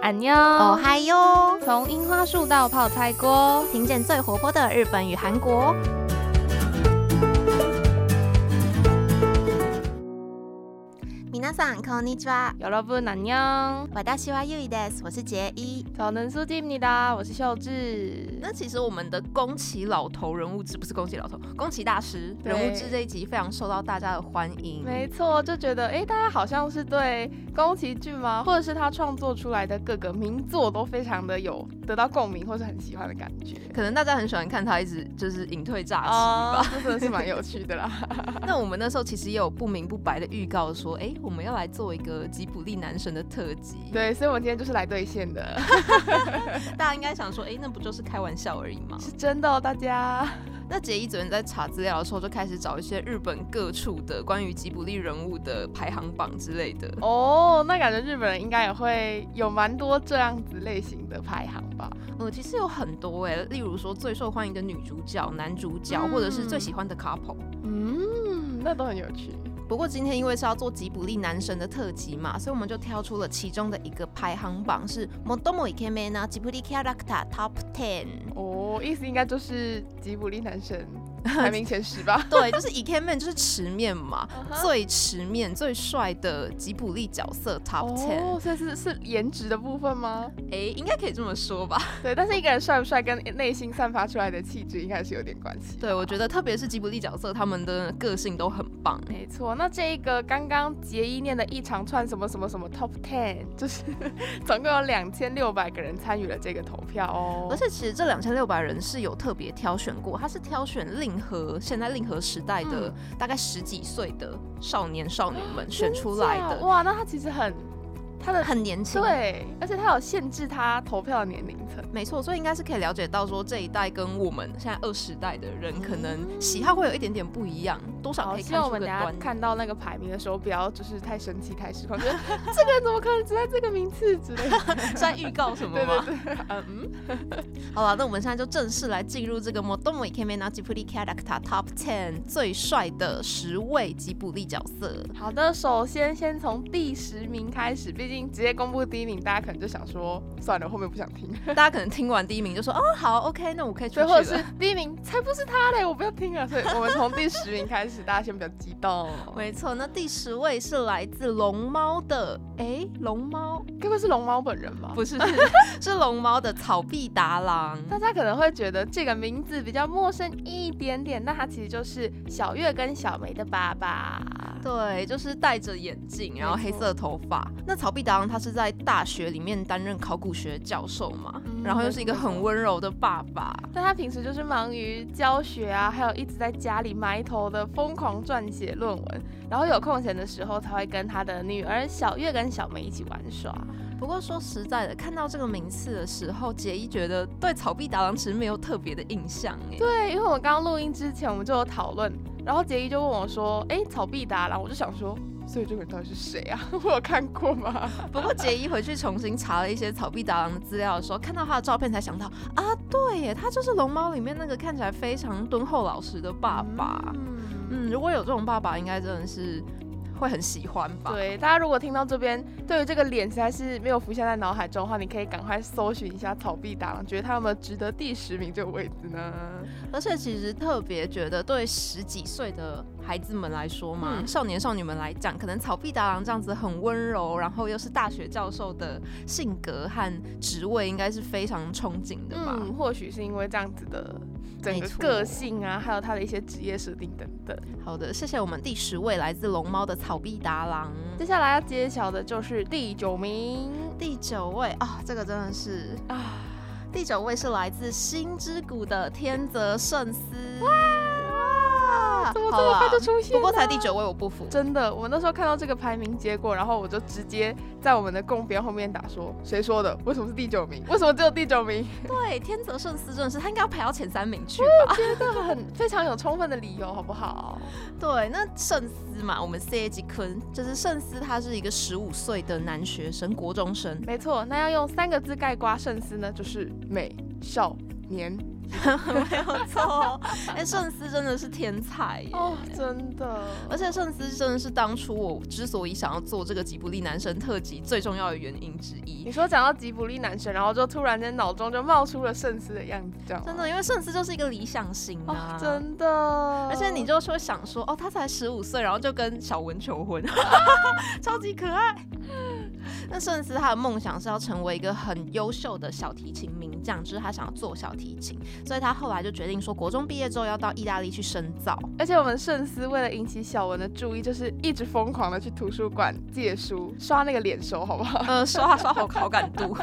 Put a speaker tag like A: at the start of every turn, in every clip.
A: 안녕，
B: 哦嗨哟！
A: 从樱花树到泡菜锅，
B: 听见最活泼的日本与韩国。皆さんこんにちは。
A: 여러분안녕，
B: 私はゆいです。我是杰一。
A: 저는수지입니다我是秀智。
C: 那其实我们的宫崎老头人物志不是宫崎老头，宫崎大师
A: 对
C: 人物志这一集非常受到大家的欢迎。
A: 没错，就觉得哎，诶大家好像是对宫崎骏吗，或者是他创作出来的各个名作都非常的有得到共鸣，或是很喜欢的感觉。
C: 可能大家很喜欢看他一直就是隐退诈欺
A: 啊、
C: 吧。
A: 这真的是蛮有趣 的啦。
C: 那我们那时候其实也有不明不白的预告说，哎、我们要来做一个吉卜力男神的特辑。，
A: 对，所以我们今天就是来兑现的，
C: 大家应该想说，哎、那不就是开玩笑而已吗？
A: 是真的哦，大家。
C: 那杰一昨天在查资料的时候，就开始找一些日本各处的关于吉卜力人物的排行榜之类的。
A: 哦，那感觉日本人应该也会有蛮多这样子类型的排行吧？
C: 呃，其实有很多哎、例如说最受欢迎的女主角、男主角，或者是最喜欢的 couple。
A: 嗯，那都很有趣。
C: 不过今天因为是要做吉卜力男神的特辑嘛，所以我们就挑出了其中的一个排行榜是
B: 最もイケメンなジブリキャラクター Top Ten。
A: 哦，意思应该就是吉卜力男神排名前十吧？
C: 对，就是 i k e m e n 就是池面嘛
A: 嗯哼
C: 最池面、最帅的吉卜力角色 Top Ten。
A: 哦，所以是是颜值的部分吗？
C: 哎、应该可以这么说吧？
A: 对，但是一个人帅不帅跟内心散发出来的气质应该是有点关系。
C: 对，我觉得特别是吉卜力角色，他们的个性都很棒。
A: 没错，那这一个刚刚杰一念的一长串什么什么什么 top ten，就是 总共有两千六百个人参与了这个投票哦。
C: 而且其实这两千六百人是有特别挑选过，他是挑选令和现在令和时代的、大概十几岁的少年少女们选出
A: 真
C: 来
A: 假
C: 哦的，
A: 哇，那他其实很他的
C: 很年轻。，
A: 对，而且他有限制他投票的年龄层。
C: 没错，所以应该是可以了解到说这一代跟我们现在二十代的人可能喜好会有一点点不一样，多少
A: 好，
C: 可以
A: 希
C: 看
A: 望
C: 出
A: 我们
C: 个
A: 等下
C: 端倪。
A: 看到那个排名的时候，不要就是太生气、太失控， 觉得这个人怎么可能只在这个名次之类的。
C: 是 在预告什么
A: 对
C: 吗？
A: 对 对，嗯嗯，
C: 好了，那我们现在就正式来进入这个 Modomo Ikeme na Jibuli Character Top Ten 最帅的十位吉卜力角 色。
A: 好的，首先先从第十名开始，毕竟直接公布第一名，大家可能就想说算了，后面不想听，
C: 大家可能听完第一名就说：“哦，好，OK，那我可以出去
A: 所以
C: 了。”
A: 或者是第一名才不是他嘞，我不要听了。所以我们从第十名开始，大家先不要激 动，
C: 没错，那第十位是来自龙猫的，诶，龙猫
A: 该不会是龙猫本人吧？
C: 不是， 是龙猫的草壁达郎。
A: 大家可能会觉得这个名字比较陌生一点点，但他其实就是小月跟小梅的爸爸。
C: 对，就是戴着眼镜，然后黑色的头发。那草壁达郎他是在大学里面担任考古学教授嘛，
A: 嗯
C: 然后又是一个很温柔的爸爸。
A: 但他平时就是忙于教学啊，还有一直在家里埋头的疯狂撰写论文，然后有空闲的时候才会跟他的女儿小月跟小梅一起玩耍。
C: 不过说实在的，看到这个名次的时候，杰一觉得对草壁达郎其实没有特别的印象诶。
A: 对，因为我刚刚录音之前我们就有讨论，然后杰一就问我说：“哎，草必达郎？”我就想说，所以这个人到底是谁啊？ 我有看过吗？
C: 不过杰伊回去重新查了一些草壁达郎的资料的时候，看到他的照片才想到啊，对耶，他就是《龙猫》里面那个看起来非常敦厚老实的爸爸。
A: 嗯
C: 嗯，如果有这种爸爸，应该真的是会很喜欢吧。
A: 对，大家如果听到这边，对于这个脸实在是没有浮现在脑海中的话，你可以赶快搜寻一下草壁达郎，觉得他有没有值得第十名这个位置呢？
C: 而且其实特别觉得，对十几岁的孩子们来说嘛，
A: 嗯
C: 少年少女们来讲，可能草壁达郎这样子很温柔，然后又是大学教授的性格和职位，应该是非常憧憬的吧。
A: 嗯，或许是因为这样子的整
C: 没
A: 个
C: 错
A: 个性啊，还有他的一些职业设定等等。
C: 好的，谢谢我们第十位来自龙猫的草壁达郎。
A: 接下来要揭晓的就是第九名
C: 第九位啊、这个真的是
A: 啊，
C: 第九位是来自星之谷的天泽圣司。
A: 怎么这
C: 好
A: 么
C: 啦
A: 快就出现
C: 不
A: 了？
C: 过才第九位，我不服。
A: 真的，我那时候看到这个排名结果，然后我就直接在我们的共编后面打说，谁说的？为什么是第九 名？为什么只有第九名？
C: 对，天泽圣司真的是他应该要排到前三名去吧？
A: 觉得很非常有充分的理由，好不好？
C: 对，那圣司嘛，我们 C A G 坤就是圣司，他是一个十五岁的男学生，国中生。
A: 没错，那要用三个字概括圣思呢，就是美少年
C: 没有 错。哎，圣司真的是天才耶！
A: 哦，真的，
C: 而且圣司真的是当初我之所以想要做这个吉卜力男神特辑最重要的原因之一
A: 你。说讲到吉卜力男神，然后就突然间脑中就冒出了圣司的样子，这样吗
C: 真的，因为圣司就是一个理想型啊，
A: 哦，真的，而
C: 而且你就说想说，哦，他才十五岁，然后就跟小文求婚，超级可爱。那圣司他的梦想是要成为一个很优秀的小提琴名将，就是他想要做小提琴，所以他后来就决定说，国中毕业之后要到意大利去深造。
A: 而且我们圣司为了引起小文的注意，就是一直疯狂的去图书馆借书，刷那个脸熟，好不好？
C: 呃，刷刷好好感度。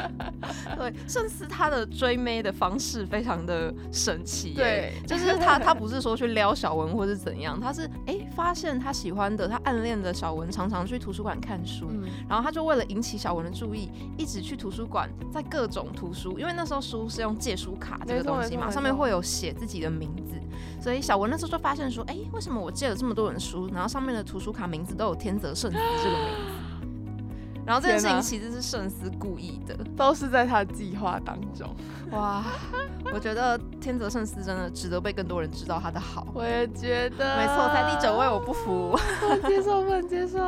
C: 对，圣司他的追妹的方式非常的神奇、
A: 对，
C: 就是他，他不是说去撩小文或是怎样，他是哎、诶发现他喜欢的，他暗恋的小文常常去图书馆看书，
A: 嗯，
C: 然后他就为了引起小文的注意，一直去图书馆，在各种图书，因为那时候书是用借书卡这
A: 没
C: 个
A: 错
C: 东西
A: 没
C: 嘛，
A: 错
C: 上
A: 没
C: 面
A: 错
C: 会有写自己的名字，所以小文那时候就发现说，哎，为什么我借了这么多本书，然后上面的图书卡名字都有天泽圣司这个名字？然后这件事
A: 天哪
C: 情其实是圣司故意的，
A: 都是在他的计划当中。
C: 哇！我觉得天泽圣司真的值得被更多人知道他的好。
A: 我也觉得，
C: 没错，在第九 位，我不服。
A: 不能接受，不能接 受。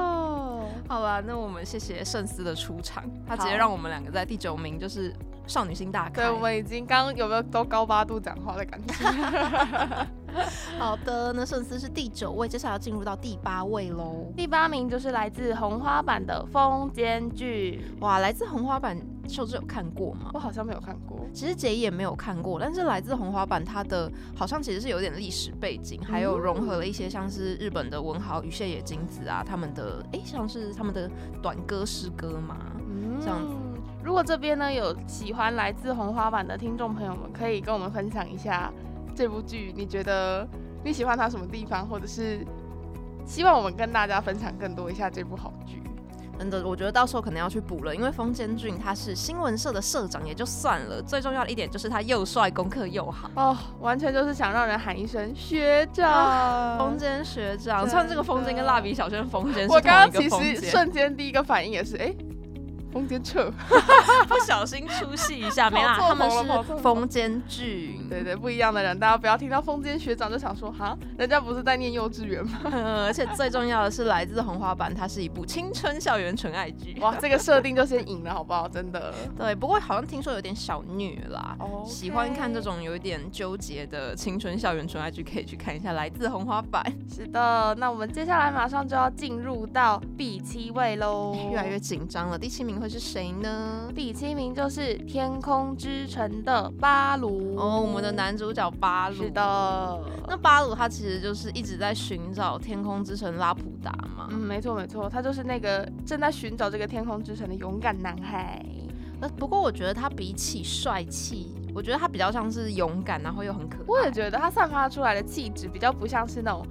C: 好啦，那我们谢谢圣司的出场，他直接
A: 好
C: 让我们两个在第九名，就是少女心大开
A: 对，。我们已经刚刚有没有都高八度讲话的感觉？
B: 好的，那圣司是第九位，接下来要进入到第八位喽。
A: 第八名就是来自红花版的《风间剧
C: 哇，来自红花版，秀智有看过吗》，
A: 我？好像没有看过。
C: 其实杰也没有看过，但是来自红花版，它的好像其实是有点历史背景，还有融合了一些像是日本的文豪与谢野金子啊，他们的诶，像是他们的短歌诗歌嘛。
A: 嗯
C: 这样子
A: 如果这边呢有喜欢来自红花版的听众朋友们，可以跟我们分享一下这部剧，你觉得你喜欢它什么地方，或者是希望我们跟大家分享更多一下这部好剧。
C: 真的，我觉得到时候可能要去补了，因为风间俊他是新闻社的社长也就算了，最重要的一点就是他又帅，功课又好。
A: 哦，完全就是想让人喊一声学长。
C: 风间学长，
A: 真
C: 虽然这个风间跟蜡笔小新的风间是
A: 啊我刚刚
C: 同一
A: 其
C: 个风
A: 实
C: 间
A: 瞬间第一个反应也是，哎、风间彻，
C: 不小心出戏一下，没啦，
A: 跑错
C: 他们
A: 棚了跑错
C: 是
A: 棚
C: 风间俊，
A: 对对，不一样的人，大家不要听到风间学长就想说，哈，人家不是在念幼稚园吗？
C: 呃 而且最重要的是来自红花版，它是一部青春校园纯爱剧。
A: 哇，这个设定就先赢了，好不好？真的。
C: 对，不过好像听说有点小虐啦。
A: 哦，
C: 喜欢看这种有一点纠结的青春校园纯爱剧，可以去看一下《来自红花版
A: 是的，那我们接下来马上就要进入到第七位 喽》。
C: 越来越紧张了，第七名会是谁呢？
A: 第七名就是《天空之城》的巴鲁
C: 哦，我们的男主角巴鲁。
A: 是。的，
C: 那巴鲁他其实就是一直在寻找天空之城拉普达嘛，
A: 嗯，没错没错，他就是那个正在寻找这个天空之城的勇敢男孩。
C: 呃，不过我觉得他比起帅气，我觉得他比较像是勇敢，然后又很可爱。
A: 我也觉得他散发出来的气质比较不像是那种，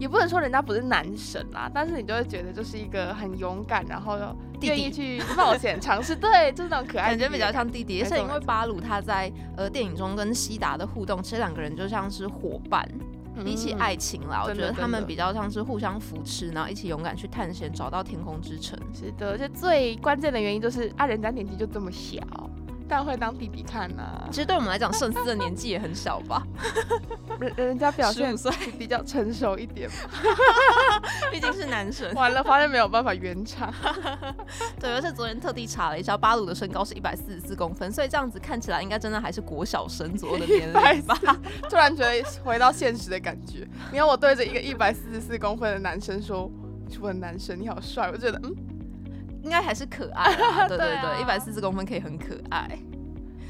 A: 也不能说人家不是男神啦，但是你就会觉得就是一个很勇敢，然后又
C: 弟弟
A: 愿意去冒险尝试，对，就是那种可爱，
C: 感觉比较。像弟弟，
A: 没
C: 而且
A: 错
C: 因
A: 没
C: 为巴鲁他在呃电影中跟西达的互动，其实两个人就像是伙伴，
A: 嗯
C: 比起爱情啦，我
A: 真
C: 觉
A: 的
C: 得他
A: 真
C: 们
A: 的
C: 比较像是互相扶持，然后一起勇敢去探险，找到天空之城。
A: 是的，而且最关键的原因就是啊，人家年纪就这么小，但会当弟弟看啊
C: 其，实对我们来讲，圣斯的年纪也很小吧，
A: 人人家 表
C: 十
A: 现
C: 五岁，
A: 比较成熟一点。
C: 毕竟是男神。
A: 完了，发现没有办法圆场，
C: 对，而且昨天特地查了一下，巴鲁的身高是一百四十四公分，所以这样子看起来应该真的还是国小生左右的年龄吧。
A: 突然觉得回到现实的感觉。你要我对着一个一百四十四公分的男生说。我的男神你好帅，我觉得嗯
C: 应该还是可 爱啦，对
A: 对
C: 对
A: 啊
C: 对，一百四十公分可以很可爱。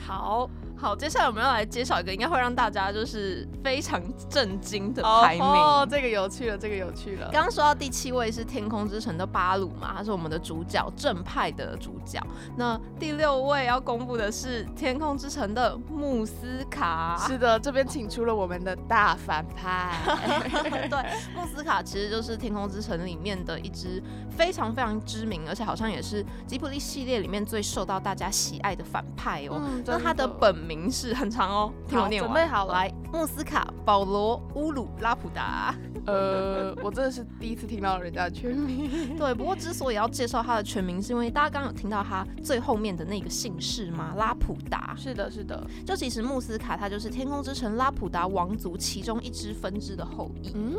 A: 好，
C: 好，接下来我们要来揭晓一个应该会让大家就是非常震惊的
A: 哦
C: 排名。
A: 哦，这个有趣了，这个有趣了。
C: 刚刚说到第七位是《天空之城》的巴鲁嘛，他是我们的主角，正派的主角。那第六位要公布的是《天空之城》的穆斯卡。
A: 是的，这边请出了我们的大反 派，
C: 对，穆斯卡其实就是《天空之城》里面的一只非常非常知名，而且好像也是吉卜力系列里面最受到大家喜爱的反派哦。
A: 嗯
C: 那
A: 真
C: 他的
A: 的
C: 本名士，很长哦，听我
A: 好，
C: 念
A: 准
C: 完。
A: 备好了。
C: 来，穆斯卡、保罗、乌鲁、拉普达。
A: 呃，我真的是第一次听到人家的全 名。
C: 对，不过之所以要介绍他的全名，是因为大家刚刚有听到他最后面的那个姓氏嘛，拉普达。
A: 是的，是的。
C: 就其实穆斯卡他就是天空之城拉普达王族其中一支分支的后裔。
A: 嗯，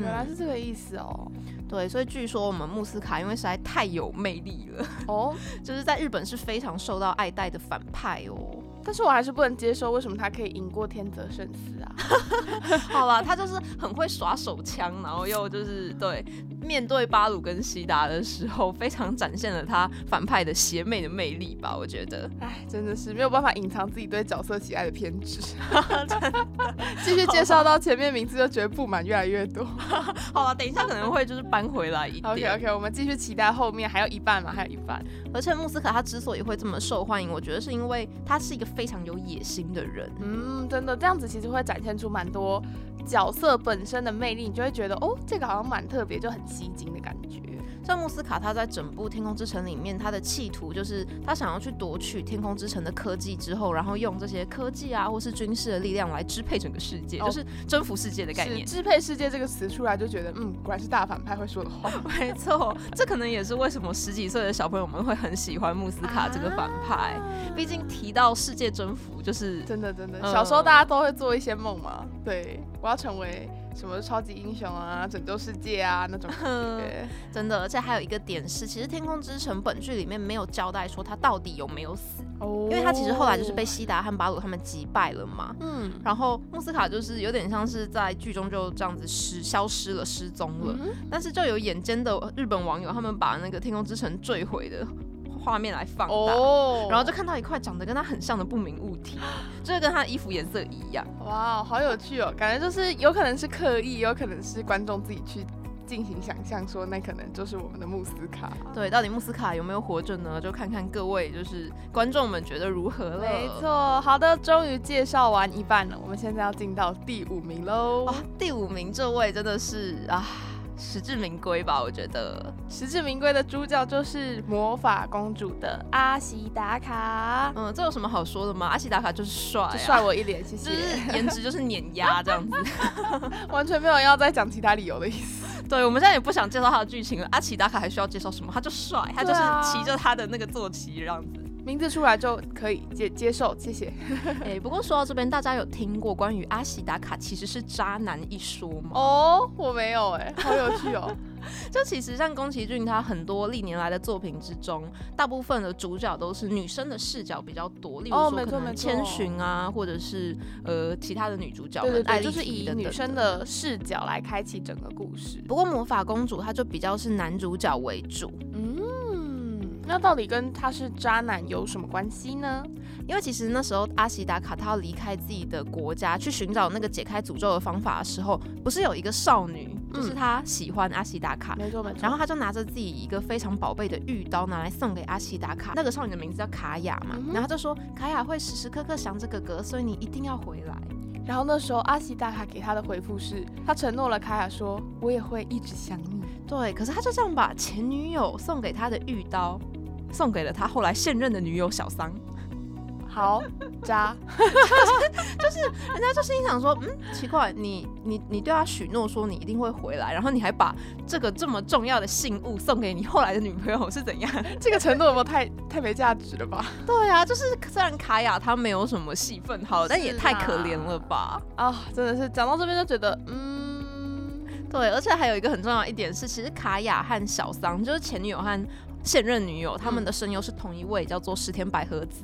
A: 原来是这个意思哦。
C: 对，所以据说我们穆斯卡因为实在太有魅力了，
A: 哦，
C: 就是在日本是非常受到爱戴的反派哦。
A: 但是我还是不能接受，为什么他可以赢过天泽圣司啊？
C: 好啦，他就是很会耍手枪，然后又就是对面对巴鲁跟西达的时候，非常展现了他反派的邪魅的魅力吧，我觉得。
A: 哎，真的是没有办法隐藏自己对角色喜爱的偏 执。继续介绍到前面名字就觉得不满越来越多。
C: 好了，等一下可能会就是搬回来一点。
A: OK OK，我们继续期待后面还有一半嘛，还有一半。
C: 而且穆斯卡他之所以会这么受欢迎，我觉得是因为他是一个非常有野心的人。
A: 嗯，真的这样子其实会展现出蛮多角色本身的魅力，你就会觉得哦，这个好像蛮特别，就很吸睛的感觉。
C: 像穆斯卡他在整部《天空之城》里面，他的企图就是他想要去夺取天空之城的科技之后，然后用这些科技啊或是军事的力量来支配整个世界，
A: 哦
C: 就是征服世界的概
A: 是
C: 念。
A: 支配世界这个词出来就觉得，嗯，果然是大反派会说的 话。
C: 没错，这可能也是为什么十几岁的小朋友们会很喜欢穆斯卡这个反派。毕竟提到世界征服，就是
A: 真的真的，
C: 嗯
A: 小时候大家都会做一些梦嘛。对，我要成为什么超级英雄啊，拯救世界啊那种感
C: 嗯
A: 觉。
C: 真的。而且还有一个点是，其实《天空之城》本剧里面没有交代说他到底有没有死，
A: 哦
C: 因为他其实后来就是被西达和巴鲁他们击败了嘛。
A: 嗯，
C: 然后穆斯卡就是有点像是在剧中就这样子失消失了、失踪了，
A: 嗯
C: 但是就有眼尖的日本网友他们把那个《天空之城》坠毁的画面来放大。
A: 哦，
C: 然后就看到一块长得跟他很像的不明物体，就是跟他的衣服颜色一样。
A: 哇，好有趣哦，感觉就是有可能是刻意，有可能是观众自己去进行想象，说那可能就是我们的穆斯卡。
C: 对，到底穆斯卡有没有活着呢？就看看各位就是观众们觉得如何了。
A: 没错，好的，终于介绍完一半了，我们现在要进到第五名喽
C: 哇，。第五名这位真的是啊，实至名归吧？我觉得。
A: 实至名归的主角就是魔法公主的阿西达卡，
C: 嗯，这有什么好说的吗？阿西达卡就是帅、啊，
A: 就帅我一脸，谢
C: 就
A: 谢。
C: 是颜值就是碾 压这样子。
A: 完全没有要再讲其他理由的意思。
C: 对，我们现在也不想介绍他的剧情了。阿奇达卡还需要介绍什么？他就帅，他就
A: 对啊
C: 是骑着他的那个坐骑这样 子。
A: 名字出来就可以接接受，谢谢。
C: 哎、不过说到这边，大家有听过关于阿喜达卡其实是渣男一说吗？
A: 哦，我没有哎、好有趣哦。
C: 就其实像宫崎骏他很多历年来的作品之中，大部分的主角都是女生的视角比较多，例如
A: 哦
C: 说
A: 没错
C: 可能
A: 没错
C: 千寻啊，或者是呃其他的女主角
A: 对
C: 们，
A: 对
C: 艾
A: 对，
C: 丽
A: 就是
C: 缇
A: 以
C: 等
A: 女
C: 等
A: 生的视角来开启整个故事。
C: 不过魔法公主她就比较是男主角为主，
A: 嗯，那到底跟他是渣男有什么关系呢？
C: 因为其实那时候阿西达卡他要离开自己的国家，去寻找那个解开诅咒的方法的时候，不是有一个少女，
A: 嗯
C: 就是她喜欢阿西达卡。
A: 没错没错
C: 然
A: 啊然
C: 后
A: 后
C: 她就拿着自己一个非常宝贝的玉刀，拿来送给阿西达卡。那个少女的名字叫卡雅嘛，
A: 嗯哼
C: 然后她就说卡雅会时时刻刻想着哥哥，所以你一定要回来。
A: 然后那时候阿西达卡给他的回复是，他承诺了卡雅说，我也会一直想你。
C: 对，可是她就这样把前女友送给她的玉刀，送给了她后来现任的女友小桑。
A: 好，渣，
C: 人家就心想说，嗯，奇怪，你你你对他许诺说你一定会回来，然后你还把这个这么重要的信物送给你后来的女朋友是怎样？
A: 这个承诺有没有太太没价值了吧？
C: 对啊，就是虽然卡雅她没有什么戏份，好，但也
A: 是
C: 太
A: 啊
C: 可怜了吧？
A: 啊、真的是讲到这边就觉得，嗯，
C: 对，而且还有一个很重要的一点是，其实卡雅和小桑就是前女友和现任女友，他们的声优是同一位，叫做石田百合子。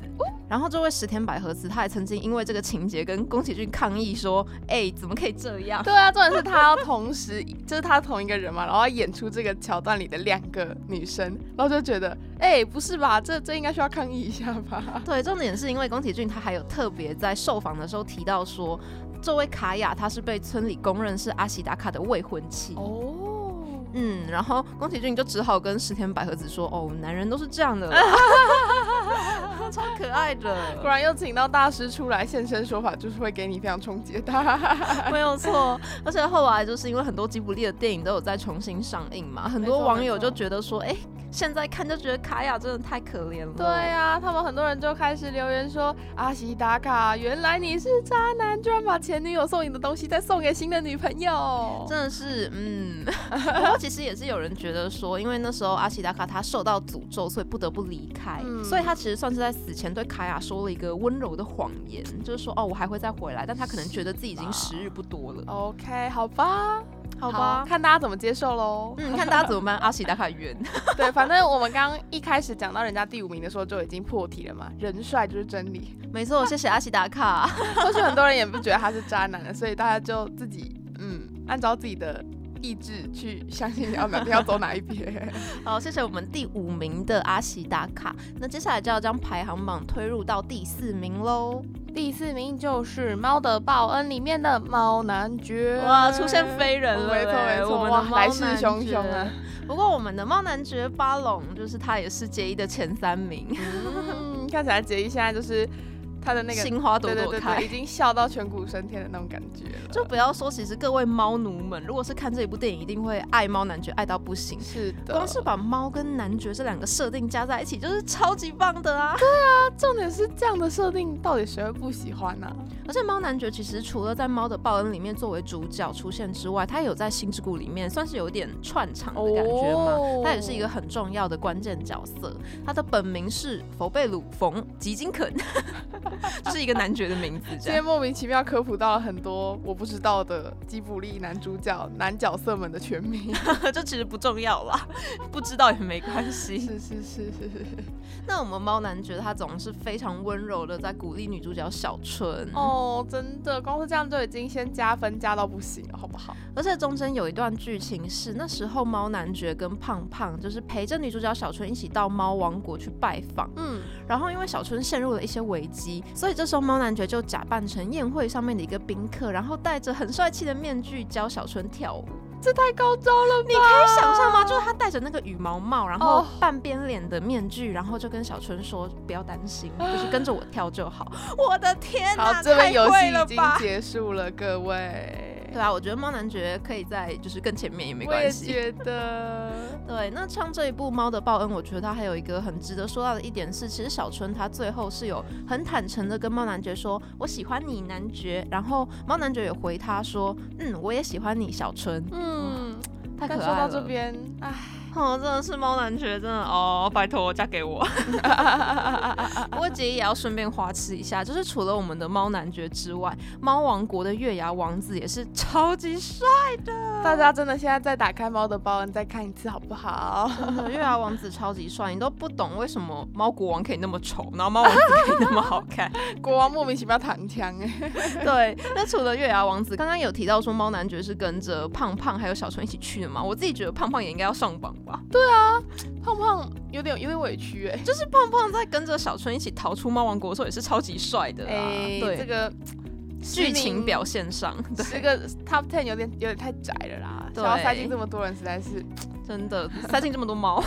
C: 然后这位石田百合子，她还曾经因为这个情节跟宫崎骏抗议说：“哎、怎么可以这 样？”
A: 对啊，重点是他要同时， 就是他同一个人嘛，然后要演出这个桥段里的两个女生，然后就觉得，哎、不是吧，这这应该需要抗议一下吧？
C: 对，重点是因为宫崎骏他还有特别在受访的时候提到说，这位卡雅她是被村里公认是阿喜达卡的未婚妻。
A: 哦，
C: 嗯，然后宫崎骏就只好跟石田百合子说：“哦，男人都是这样的啦，超可爱
A: 果
C: 的，
A: 然又请到大师出来现身说法，就是会给你非常冲击的答案。
C: 没有错。”而且后来就是因为很多吉卜力的电影都有在重新上映嘛，很
A: 没
C: 多
A: 错
C: 网
A: 没
C: 友
A: 错
C: 就觉得说：“哎，现在看就觉得卡雅真的太可怜了。
A: 对啊，他们很多人就开始留言说：“阿喜打卡，原来你是渣男，居然把前女友送你的东西再送给新的女朋友。
C: 真的是，嗯，不过其实也是有人觉得说，因为那时候阿奇达卡他受到诅咒，所以不得不离开，
A: 嗯
C: 所以他其实算是在死前对卡雅说了一个温柔的谎言，就是说哦，我还会再回来，但他可能觉得自己已经时日不多了，”
A: OK，好吧，
C: 好吧。
A: 看大家怎么接受喽。
C: 嗯，看大家怎么办？阿奇达卡圆，
A: 对，反正我们刚刚一开始讲到人家第五名的时候就已经破题了嘛，人帅就是真 理。
C: 没错，谢谢阿奇达卡。
A: 或许很多人也不觉得他是渣男的，所以大家就自己嗯，按照自己的意志去相信你要哪要走哪一边。
C: 好，谢谢我们第五名的阿奇达卡。那接下来就要将排行榜推入到第四名喽。
A: 第四名就是《猫的报恩》里面的猫男爵，
C: 哇，出现飞人了
A: 没
C: 欸，
A: 错没错，
C: 我们
A: 哇
C: 的猫
A: 来势
C: 男
A: 汹汹
C: 爵
A: 啊！
C: 不过我们的猫男爵巴龙，就是他也是杰一的前三名，
A: 嗯，看起来杰伊现在就是他的那 个
C: 心花朵
A: 对对
C: 朵
A: 对
C: 开。
A: 对，已经笑到颧骨升天的那种感觉了。
C: 就不要说，其实各位猫奴们，如果是看这一部电影，一定会爱猫男爵爱到不行。
A: 是的，
C: 光是把猫跟男爵这两个设定加在一起，就是超级棒的啊！
A: 重点是这样的设定，到底谁会不喜欢啊呢、
C: 而且猫男爵其实除了在《猫的报恩》里面作为主角出现之外，他也有在《星之谷》里面算是有一点串场的感觉嘛。
A: 哦
C: 他也是一个很重要的关键角色，他的本名是佛贝鲁冯吉金肯， 就是一个男爵的名字这
A: 今
C: 样
A: 天。莫名其妙科普到了很多我不知道的吉卜力男主角、男角色们的全 名。
C: 这其实不重要啦， 不知道也没关系。
A: 是是是是是。
C: 那我们猫男爵他总是非常温柔的在鼓励女主角小春，
A: 哦，真的，光是这样就已经先加分加到不行了，好不好？
C: 而且中间有一段剧情是那时候猫男爵跟胖胖就是陪着女主角小春一起到猫王国去拜访，
A: 嗯，
C: 然后因为小春陷入了一些危机，所以这时候猫男爵就假扮成宴会上面的一个宾客，然后戴着很帅气的面具教小春跳舞。
A: 这太高招了吧？你
C: 可以想象吗？就是他戴着那个羽毛帽，然后
A: 哦
C: 半边脸的面具，然后就跟小春说不要担心，就是跟着我跳就好。我的天哪，
A: 好，这边游戏
C: 太贵
A: 已
C: 了
A: 经
C: 吧？
A: 结束了，各位。
C: 对啊，我觉得猫男爵可以在就是更前面也没
A: 我也
C: 关系。
A: 觉得。
C: 对，那像这一部《猫的报恩》，我觉得它还有一个很值得说到的一点是，其实小春她最后是有很坦诚的跟猫男爵说：“我喜欢你，男爵。”然后猫男爵也回他说：“嗯，我也喜欢你，小春。
A: 嗯，”
C: 太
A: 但
C: 可爱
A: 说到
C: 了。
A: 这，边，唉，
C: 哦，真的是猫男爵，真的哦，拜托嫁 给我。不过杰也要顺便花痴一下，就是除了我们的猫男爵之外，猫王国的月牙王子也是超级帅的。
A: 大家真的现在再打开猫的报恩再看一次好不好？
C: 真的，月牙王子超级帅，你都不懂为什么猫国王可以那么丑，然后猫王子可以那么好看。
A: 国王莫名其妙躺枪哎、
C: 对，那除了月牙王子，刚刚有提到说猫男爵是跟着胖胖还有小春一起去的嘛？我自己觉得胖胖也应该要上榜吧，
A: 胖胖有点有点委屈哎、
C: 就是胖胖在跟着小春一起逃出猫王国的时候也是超级帅的啊。对，
A: 哎这个
C: 剧
A: 实
C: 情
A: 名
C: 表现上，对，
A: 这个 top ten 有点有点太窄了啦，
C: 对
A: 想要塞进这么多人实在是，
C: 真的塞进这么 多猫，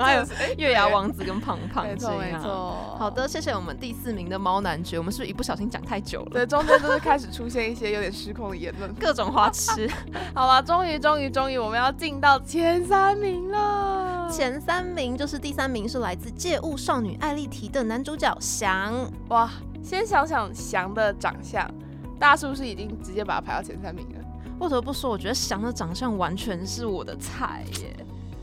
C: 还有月牙王子跟胖胖
A: 没
C: 这
A: 错没
C: 样。
A: 错。
C: 好，的，谢谢我们第四名的猫男爵，我们是不是一不小心讲太久了？
A: 对，中间就是开始出现一些有点失控的言论。
C: 各种花痴。
A: 好了，终于终于终于我们要进到前三名了。
C: 前三名就是第三名是来自《借物少女艾丽缇》的男主角翔，
A: 哇，先想想翔的长相，大家是不是已经直接把他排到前三名了？
C: 不得不说，我觉得翔的长相完全是我的菜耶。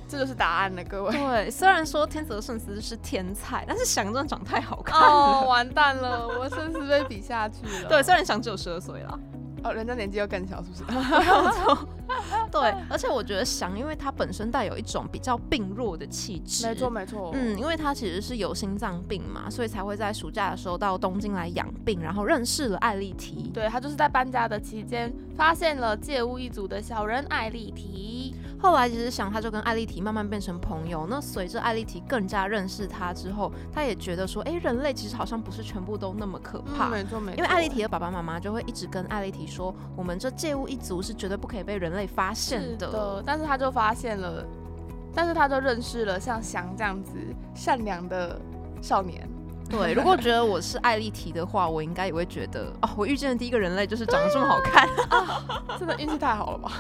A: 这就是答案了，各位。
C: 对，虽然说天泽圣司是天才，但是翔真的长太好看了。
A: 哦，完蛋了，我甚至被比下去 了。
C: 对，虽然翔只有十二岁啦，
A: 哦，人家年纪又更小，是不是？
C: 对，而且我觉得翔，因为他本身带有一种比较病弱的气质，
A: 没错，没错。
C: 嗯，因为他其实是有心脏病嘛，所以才会在暑假的时候到东京来养病，然后认识了艾丽缇。
A: 对他就是在搬家的期间发现了借屋一族的小人艾丽缇。
C: 后来其实想，他就跟艾丽缇慢慢变成朋友。那随着艾丽缇更加认识他之后，他也觉得说，哎，人类其实好像不是全部都那么可怕。
A: 嗯，没错没错。
C: 因为艾丽缇的爸爸妈妈就会一直跟艾丽缇说，我们这借物一族是绝对不可以被人类发现
A: 是
C: 的。
A: 的，但是他就发现了，但是他就认识了像翔这样子善良的少年。
C: 对，如果觉得我是艾丽缇的话，我应该也会觉得哦，我遇见的第一个人类就是长得这么好看。
A: 真的运气太好了吧？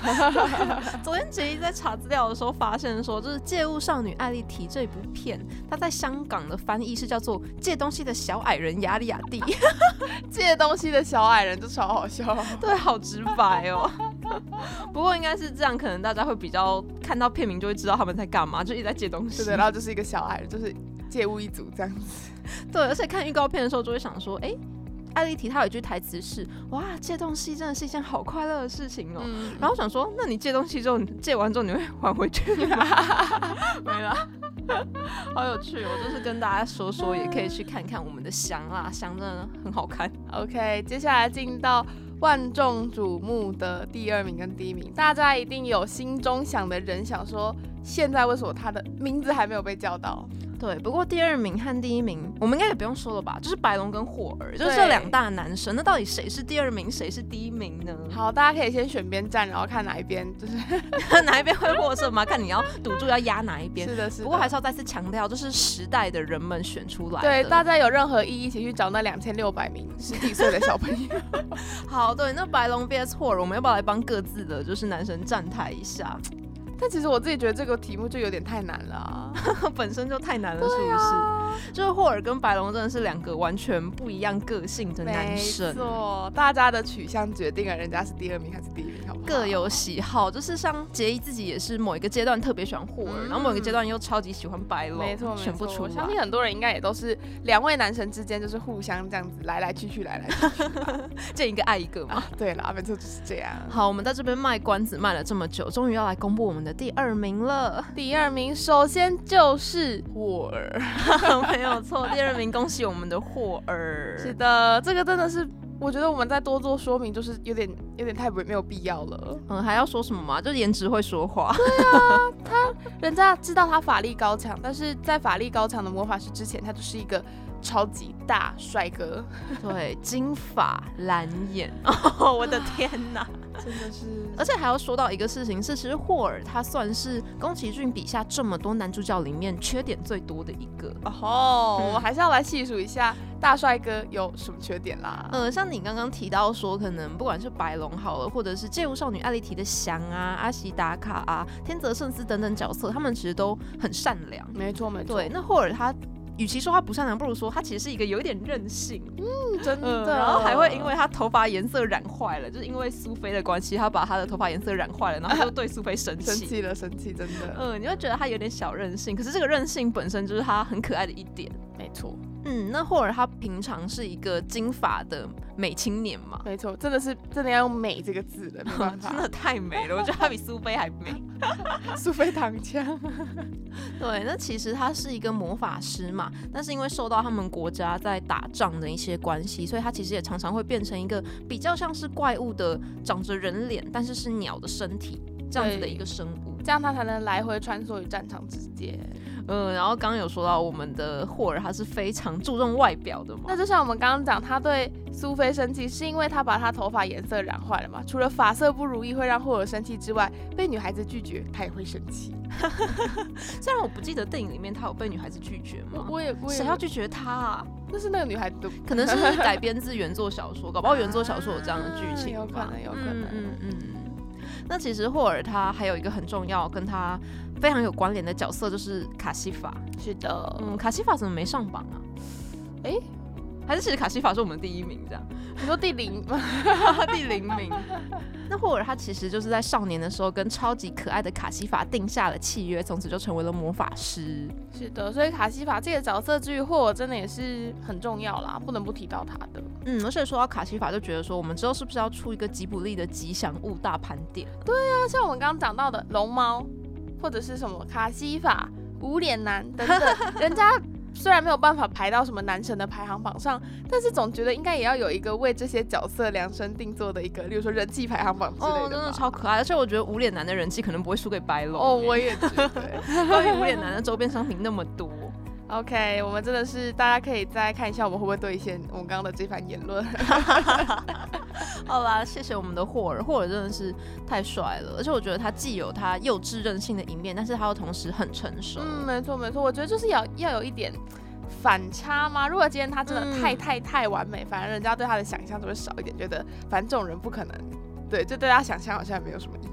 C: 昨天杰一在查资料的时候发现说，就是《借物少女艾丽缇》这部片，它在香港的翻译是叫做《借东西的小矮人雅里亚蒂》，
A: 借东西的小矮人就超好笑。
C: 对，好直白哦。 不过应该是这样，可能大家会比较看到片名就会知道他们在干嘛，就一直在借东西。
A: 对对，然后就是一个小矮人，就是借屋一族这样子。
C: 对，而且看预告片的时候就会想说，哎、艾丽缇她有一句台词是：“哇，借东西真的是一件好快乐的事情哦。
A: 嗯，
C: 然后我想说，那你借东西之后，你借完之后你会还回 去吗？没了， 好有趣哦！就是跟大家说说，也可以去看看我们的香啦，香真的很好看。
A: OK，接下来进到万众瞩目的第二名跟第一名，大家一定有心中想的人想说，现在为什么他的名字还没有被叫到？
C: 对，不过第二名和第一名，我们应该也不用说了吧？就是白龙跟霍尔，就是
A: 对
C: 这两大男神。那到底谁是第二名，谁是第一名呢？
A: 好，大家可以先选边站，然后看哪一边就是
C: 哪一边会获胜吗？看你要赌注要压哪一边。
A: 是的是的。
C: 不过还是要再次强调，就是时代的人们选出来
A: 对
C: 的
A: 大家有任何异议，请去找那两千六百名十几岁的小朋友。
C: 好对，那白龙 VS 霍尔，我们要不要来帮各自的就是男神站台一下？
A: 但其实我自己觉得这个题目就有点太难了、啊。
C: 本身就太难了，是不是？就是霍尔跟白龙真的是两个完全不一样个性的男
A: 没
C: 生，
A: 错，大家的取向决定了人家是第二名还是第一名，好不好？
C: 各有喜好。就是像杰伊自己也是某一个阶段特别喜欢霍尔，
A: 嗯
C: 然后某一个阶段又超级喜欢白龙，
A: 没错，没
C: 选不
A: 错
C: 出
A: 我
C: 来。
A: 相信很多人应该也都是两位男神之间就是互相这样子来来去去，来来 去去。
C: 见一个爱一个 嘛。
A: 对啦，没错就是这样。
C: 好，我们在这边卖关子卖了这么久，终于要来公布我们的第二名 了。
A: 第二名首先就是霍尔，
C: 没有错，第二名，恭喜我们的霍尔。
A: 是的，这个真的是。我觉得我们再多做说明，就是有点有点太没没有必要了。
C: 嗯，还要说什么吗？就颜值会说话。
A: 人家知道他法力高强，但是在法力高强的魔法师之前，他就是一个超级大帅哥，
C: 对，金发蓝眼，哦，我的天哪！
A: 真的是
C: 而且还要说到一个事情是，其实霍尔他算是宫崎骏笔下这么多男主角里面缺点最多的一个。
A: 哦，
C: 嗯
A: 我们还是要来细数一下大帅哥有什么缺点啦。
C: 呃，像你刚刚提到说，可能不管是白龙好了，或者是《借物少女艾丽缇》的翔啊、阿西达卡啊、天泽圣司等等角色，他们其实都很善良。
A: 没错没错，
C: 对，那霍尔他。与其说他不善良，不如说他其实是一个有一点任性，
A: 嗯 真
C: 嗯，
A: 的，
C: 然后还会因为他头发颜色染坏了，就是因为苏菲的关系，他把他的头发颜色染坏了，然后就对苏菲 生
A: 生
C: 气。
A: 气了，生气，真的，
C: 嗯，你会觉得他有点小任性，可是这个任性本身就是他很可爱的一点。
A: 没错，
C: 嗯，那霍尔他平常是一个金发的美青年嘛，
A: 没错，真的是真的要用美这个字了，没办
C: 真
A: 法，
C: 的太美 了，我觉得他比苏菲还美。
A: 苏菲躺枪，
C: 对，那其实他是一个魔法师嘛，但是因为受到他们国家在打仗的一些关系，所以他其实也常常会变成一个比较像是怪物的，长着人脸，但是是鸟的身体这样子的
A: 对
C: 一个生物。
A: 这样他才能来回穿梭于战场之间。
C: 嗯，然后刚刚有说到我们的霍尔，他是非常注重外表 的嘛
A: 那。就像我们刚刚讲，他对苏菲生气，是因为他把她头发颜色染坏了嘛？除了发色不如意会让霍尔生气之外，被女孩子拒绝，他也会生气。
C: 虽然我不记得电影里面他有被女孩子拒绝吗？
A: 也， 我
C: 谁要拒绝他啊？
A: 那是那个女孩子的，
C: 可能 是改编自原作小说，搞不好原作小 说有这样的剧情
A: 啊有
C: 吧、
A: 可能有可能
C: 嗯嗯嗯。那其实霍尔他还有一个很重要、跟他非常有关联的角色，就是卡西法。
A: 是的
C: 嗯，卡西法怎么没上榜啊？
A: 诶
C: 还是其实卡西法是我们第一名这样，
A: 你说第零吗？
C: 第零 名。那霍尔他其实就是在少年的时候跟超级可爱的卡西法定下了契约，从此就成为了魔法师。
A: 是的，所以卡西法这个角色之于霍尔真的也是很重要啦，不能不提到他的。
C: 嗯，而且说到卡西法，就觉得说我们之后是不是要出一个吉卜力的吉祥物大盘点？
A: 那像我们刚刚讲到的龙猫，或者是什么卡西法、无脸男等等，人家虽然没有办法排到什么男神的排行榜上，但是总觉得应该也要有一个为这些角色量身定做的一个，例如说人气排行榜之类的吧。
C: 哦，真的超可爱，而且我觉得无脸男的人气可能不会输给白龙欸。
A: 哦，我也觉得。
C: 关于无脸男的周边商品那么多，
A: OK，我们真的是大家可以再看一下我们会不会兑现我们刚刚的这番言论。
C: 好啦，谢谢我们的霍尔，霍尔真的是太帅了，而且我觉得他既有他幼稚任性的一面，但是他又同时很成熟。
A: 嗯嗯，没错没错，我觉得就是要要有一点反差吗？如果今天他真的太
C: 嗯
A: 太太完美，反而人家对他的想象就会少一点，觉得反正这种人不可能，对，这对他想象好像也没有什么意义。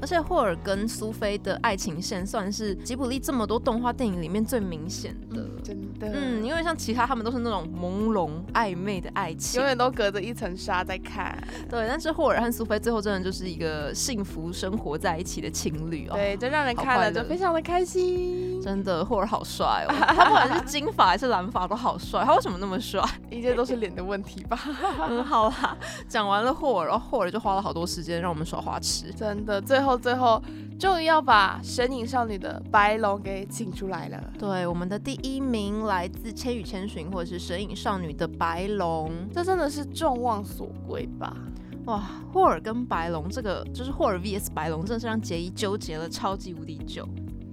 C: 而且霍尔跟苏菲的爱情线算是吉卜力这么多动画电影里面最明显的。
A: 嗯真的，
C: 嗯，因为像其他他们都是那种朦胧暧昧的爱情
A: 永，远都隔着一层纱在看。
C: 对。但是霍尔和苏菲最后真的就是一个幸福生活在一起的情侣哦。
A: 对，就让人
C: 好
A: 看
C: 快
A: 了就
C: 乐
A: 非常的开心，
C: 真的，霍尔好帅哦！他不管是金发还是蓝发都好帅，他为什么那么帅？
A: 一切都是脸的问题吧？
C: 嗯，好啦，讲完了霍尔，然后霍尔就花了好多时间让我们耍花痴。
A: 真的，最后最后终于要把神隐少女的白龙给请出来了。
C: 对，我们的第一名来自《千与千寻》或者是《神隐少女》的白龙。
A: 这真的是众望所归吧？
C: 哇，霍尔跟白龙这个就是霍尔 VS 白龙，真的是让杰伊纠结了超级无敌久。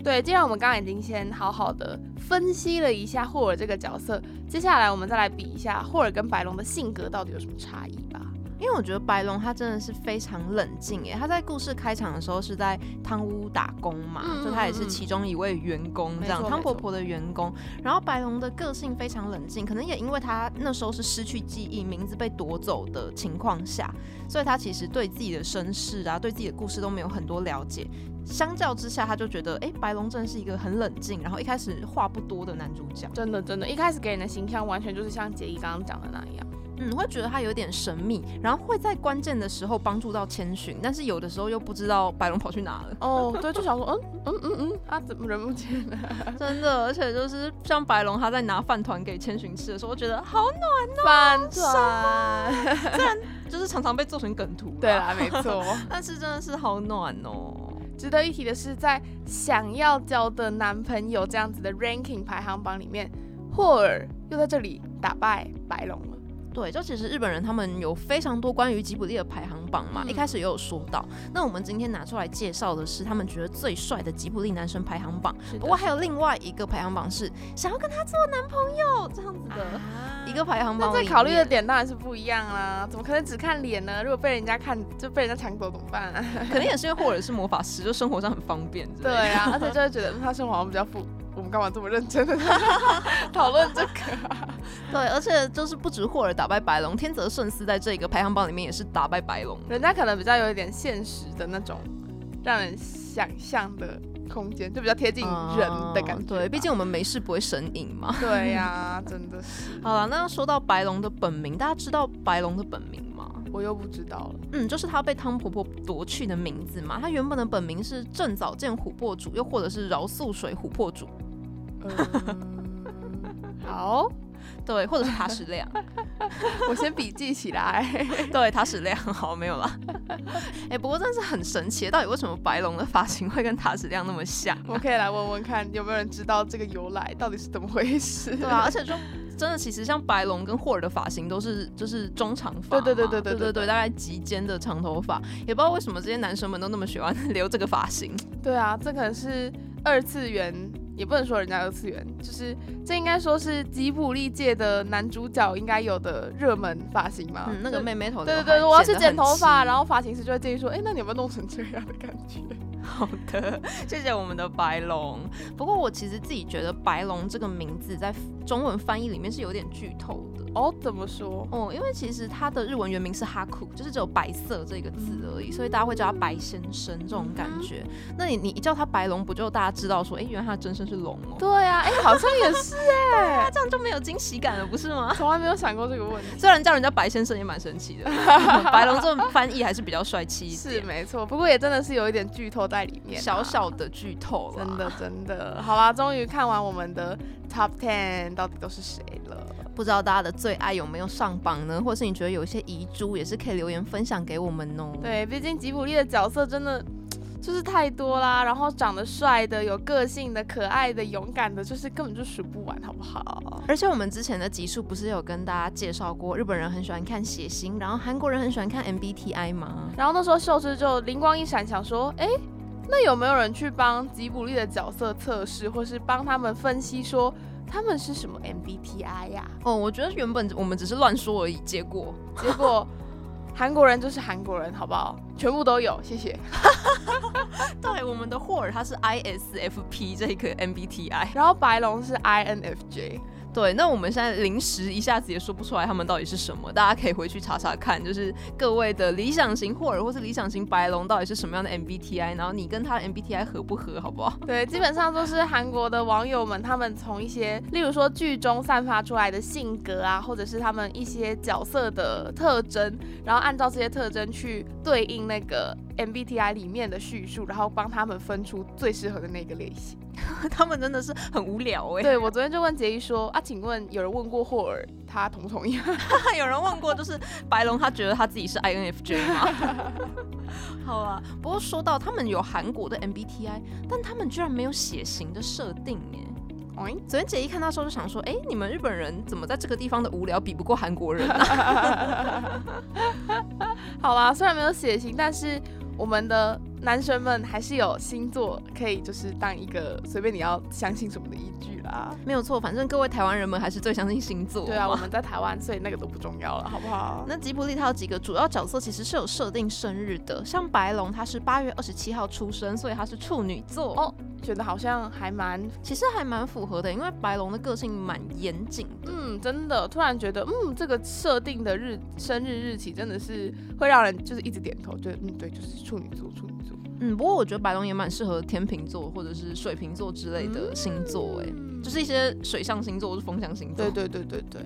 A: 对，既然我们刚刚已经先好好的分析了一下霍尔这个角色，接下来我们再来比一下霍尔跟白龙的性格到底有什么差异吧。
C: 因为我觉得白龙他真的是非常冷静耶，他在故事开场的时候是在汤屋打工嘛，
A: 嗯
C: 就他也是其中一位员工这
A: 没
C: 样，
A: 错
C: 汤婆婆的员工。然后白龙的个性非常冷静，可能也因为他那时候是失去记忆，名字被夺走的情况下，所以他其实对自己的身世啊，对自己的故事都没有很多了解。相较之下，他就觉得，哎、白龙真的是一个很冷静，然后一开始话不多的男主角。
A: 真的真的，一开始给人的形象完全就是像杰伊刚刚讲的那样。，
C: 嗯，会觉得他有点神秘，然后会在关键的时候帮助到千寻，但是有的时候又不知道白龙跑去哪了
A: 哦，对，就想说，嗯嗯嗯嗯，啊，怎么人不见了？
C: 真的。而且就是像白龙他在拿饭团给千寻吃的时候，我觉得好暖，
A: 反 转。
C: 就是常常被做成梗图。
A: 啊对，啦，没错。
C: 但是真的是好暖 哦。
A: 值得一提的是，在想要交的男朋友这样子的 ranking 排行榜里面，霍尔又在这里打败白龙了。
C: 对，就其实日本人他们有非常多关于吉卜力的排行榜嘛，
A: 嗯
C: 一开始也有说到。那我们今天拿出来介绍的是他们觉得最帅的吉卜力男生排行榜，
A: 是
C: 不过还有另外一个排行榜是想要跟他做男朋友这样子的。
B: 啊
C: 一个排行
A: 那
C: 榜
A: 在
C: 里面，
A: 考虑的点当然是不一样啦，怎么可能只看脸呢？如果被人家看，就被人家抢走怎么办、啊？
C: 可能也是因为霍尔是魔法师，就生活上很方便。
A: 对， 啊，而且就会觉得嗯他生活好像比较富，我们干嘛这么认真的 讨论这个啊、
C: 对，而且就是不止霍尔打败白龙，天泽顺司在这个排行榜里面也是打败白龙。
A: 人家可能比较有一点现实的那种，让人想象的空间，就比较贴近人的感觉吧、
C: 嗯对，毕竟我们没事不会神隐嘛。
A: 对呀、 真的是，
C: 好了，那说到白龙的本名，大家知道白龙的本名吗？
A: 我又不知道 了。
C: 嗯，就是他被汤婆婆夺去的名字嘛。他原本的本名是正早见琥珀主，又或者是饶素水琥珀主，
A: 嗯，好，
C: 对，或者是塔矢亮。
A: 我先笔记起 来。
C: 对，塔矢亮， 好没有啦。哎、不过真的是很神奇，到底为什么白龙的发型会跟塔矢亮那么像啊、
A: 我可以来问问看，有没有人知道这个由来到底是怎么回事？
C: 对啊，而且就真的，其实像白龙跟霍尔的发型都是就是中长发嘛，
A: 对对对对
C: 对
A: 对
C: 对
A: 对
C: 大概及肩的长头发，也不知道为什么这些男生们都那么喜欢留这个发型。
A: 对啊，这可能是二次元，也不能说人家二次元，就是这应该说是吉卜力界的男主角应该有的热门发型嘛。
C: 嗯，那个
A: 就
C: 妹妹头，
A: 对对对，我要去剪头发，然
C: 后
A: 后发型师就会建议说，哎，那你有没有弄成这样的感觉？
C: 好的，谢谢我们的白龙。不过我其实自己觉得白龙这个名字在中文翻译里面是有点剧透的。
A: 哦，怎么说？
C: 哦，因为其实它的日文原名是哈库，就是只有白色这个字
A: 嗯
C: 而已，所以大家会叫它白先生这种感觉。那你你一叫它白龙，不就大家知道说，哎、原来它的真身是龙哦？
A: 对啊，哎，好像也是 哎
C: 那，这样就没有惊喜感了，不是吗？
A: 从来没有想过这个问题。
C: 虽然叫人家白先生也蛮 神奇的，白龙这种翻译还是比较帅气一
A: 是
C: 点，
A: 没错，不过也真的是有一点剧透在里面啊、
C: 小小的剧透啦
A: 真的真的，好啦，终于看完我们的 Top Ten 到底都是谁了。
C: 不知道大家的最爱有没有上榜呢？或是你觉得有一些遗珠，也是可以留言分享给我们哦。
A: 对，毕竟吉卜力的角色真的就是太多啦，然后长得帅的、有个性的、可爱的、勇敢的，就是根本就数不完，好不好？
C: 而且我们之前的集数不是有跟大家介绍过，日本人很喜欢看血型，然后韩国人很喜欢看 MBTI 吗？
A: 然后那时候秀智就灵光一闪，想说，哎，那有没有人去帮吉卜力的角色测试，或是帮他们分析说他们是什么 MBTI 呀、
C: 哦，我觉得原本我们只是乱说而已，结果
A: 结果韩国人就是韩国人，好不好？全部都有，谢谢。
C: 对我们的霍尔他是 ISFP 这个 MBTI，
A: 然后白龙是 INFJ，
C: 对，那我们现在临时一下子也说不出来他们到底是什么，大家可以回去查查看，就是各位的理想型霍尔或是理想型白龙到底是什么样的 MBTI，然后你跟他的 MBTI 合不合，好不好？
A: 对，基本上都是韩国的网友们，他们从一些，例如说剧中散发出来的性格啊，或者是他们一些角色的特征，然后按照这些特征去对应那个 MBTI 里面的叙述，然后帮他们分出最适合的那个类型。
C: 他们真的是很无聊哎、
A: 对我昨天就问杰一说啊，请问有人问过霍尔他同不同意？
C: 有人问过，就是白龙他觉得他自己是 INFJ 吗？ 好啊，不过说到他们有韩国的 MBTI，但他们居然没有血型的设定耶。
A: 哎
C: 昨天姐一看到的时候就想说，哎、你们日本人怎么在这个地方的无聊比不过韩国人 啊？
A: 好啦，虽然没有血型，但是我们的男神们还是有星座可以就是当一个随便你要相信什么的依据啦。
C: 没有错，反正各位台湾人们还是最相信星座。
A: 对啊，我。们在台湾，所以那个都不重要了，好不好？
C: 那吉卜力它有几个主要角色其实是有设定生日的，像白龙他是八月二十七号出生，所以他是处女座。
A: 哦觉得好像还蛮，
C: 其实还蛮符合的，因为白龙的个性蛮严谨的。
A: 嗯，真的，突然觉得，嗯，这个设定的日生日日期真的是会让人就是一直点头，觉得嗯，对，就是处女座，处女座
C: 嗯，不过我觉得白龙也蛮适合天秤座或者是水瓶座之类的星座，哎、
A: 嗯
C: 就是一些水象星座或是风象星
A: 对
C: 座。
A: 对对对对，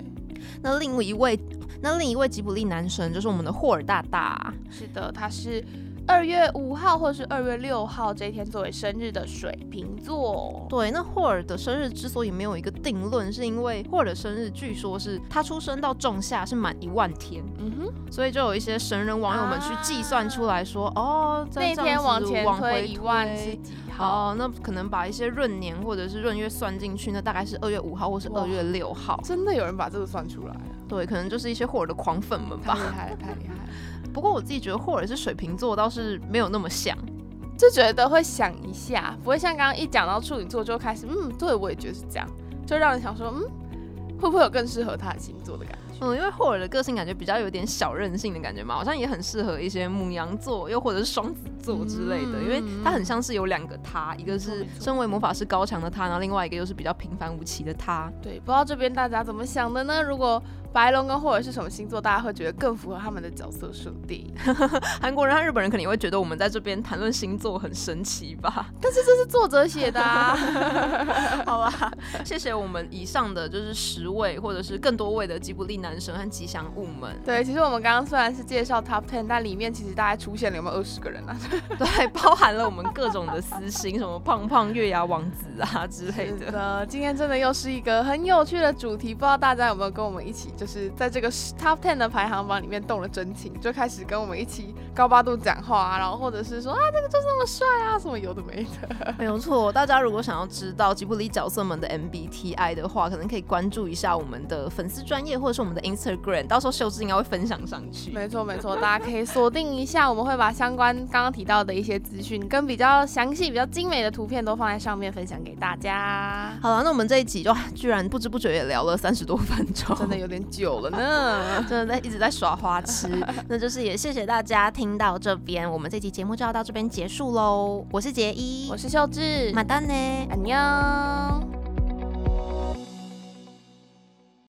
C: 那另一位，那另一位吉卜力男神就是我们的霍尔大大。
A: 是的，他是二月五号或是二月六号这一天作为生日的水瓶座。
C: 对，那霍尔的生日之所以没有一个定论，是因为霍尔的生日据说是他出生到仲夏是满一万天，
A: 嗯哼。
C: 所以就有一些神人网友们去计算出来说，哦，再
A: 那
C: 这样
A: 天
C: 子
A: 往前
C: 往
A: 推
C: 回
A: 一万哦
C: 推
A: 是几号？
C: 好，那可能把一些闰年或者是闰月算进去，那大概是二月五号或是
A: 哇
C: 二月六号。
A: 真的有人把这个算出来啊，
C: 对，可能就是一些霍尔的狂粉们
A: 太
C: 吧。
A: 厉害了，太厉害了！
C: 不过我自己觉得霍尔是水瓶座，倒是没有那么像。
A: 就觉得会想一下，不会像刚刚一讲到处女座就开始，嗯，对我也觉得是这样，就让人想说，嗯，会不会有更适合他的星座的感觉？
C: 嗯，因为霍尔的个性感觉比较有点小任性的感觉嘛，好像也很适合一些母羊座，又或者是双子座之类的，
A: 嗯
C: 因为他很像是有两个他，一个是
A: 没错
C: 身为魔法师高强的他，然后另外一个又是比较平凡无奇的他。
A: 对，不知道这边大家怎么想的呢？如果白龙跟霍尔是什么星座，大家会觉得更符合他们的角色设定。
C: 韩国人和日本人肯定会觉得我们在这边谈论星座很神奇吧？
A: 但是这是作者写的啊，
C: 好
B: 啊
C: 啦，谢谢我们以上的就是十位或者是更多位的吉卜力男神和吉祥物们。
A: 对，其实我们刚刚虽然是介绍 Top Ten，但里面其实大概出现了有没有二十个人啊？
C: 对，包含了我们各种的私心，什么胖胖月牙王子啊之类
A: 是
C: 的。
A: 的，今天真的又是一个很有趣的主题，不知道大家有没有跟我们一起，就是在这个 top ten 的排行榜里面动了真情，就开始跟我们一起高八度讲话啊，然后或者是说啊这个就是那么帅啊，什么有的没的。
C: 没有错，大家如果想要知道吉卜力角色们的 MBTI 的话，可能可以关注一下我们的粉丝专业或者是我们的 Instagram，到时候秀智应该会分享上去。
A: 没错没错，大家可以锁定一下，我们会把相关刚刚提到的一些资讯跟比较详细、比较精美的图片都放在上面分享给大家。
C: 好了，那我们这一集就居然不知不觉也聊了三十多分钟，
A: 真的有点久了呢，
C: 真的在一直在耍花 痴。
B: 那就是也谢谢大家听到这边，我们这期节目就要到这边结束喽。我是杰一
A: 我，是秀智
B: 马，丹呢。
A: 安妞。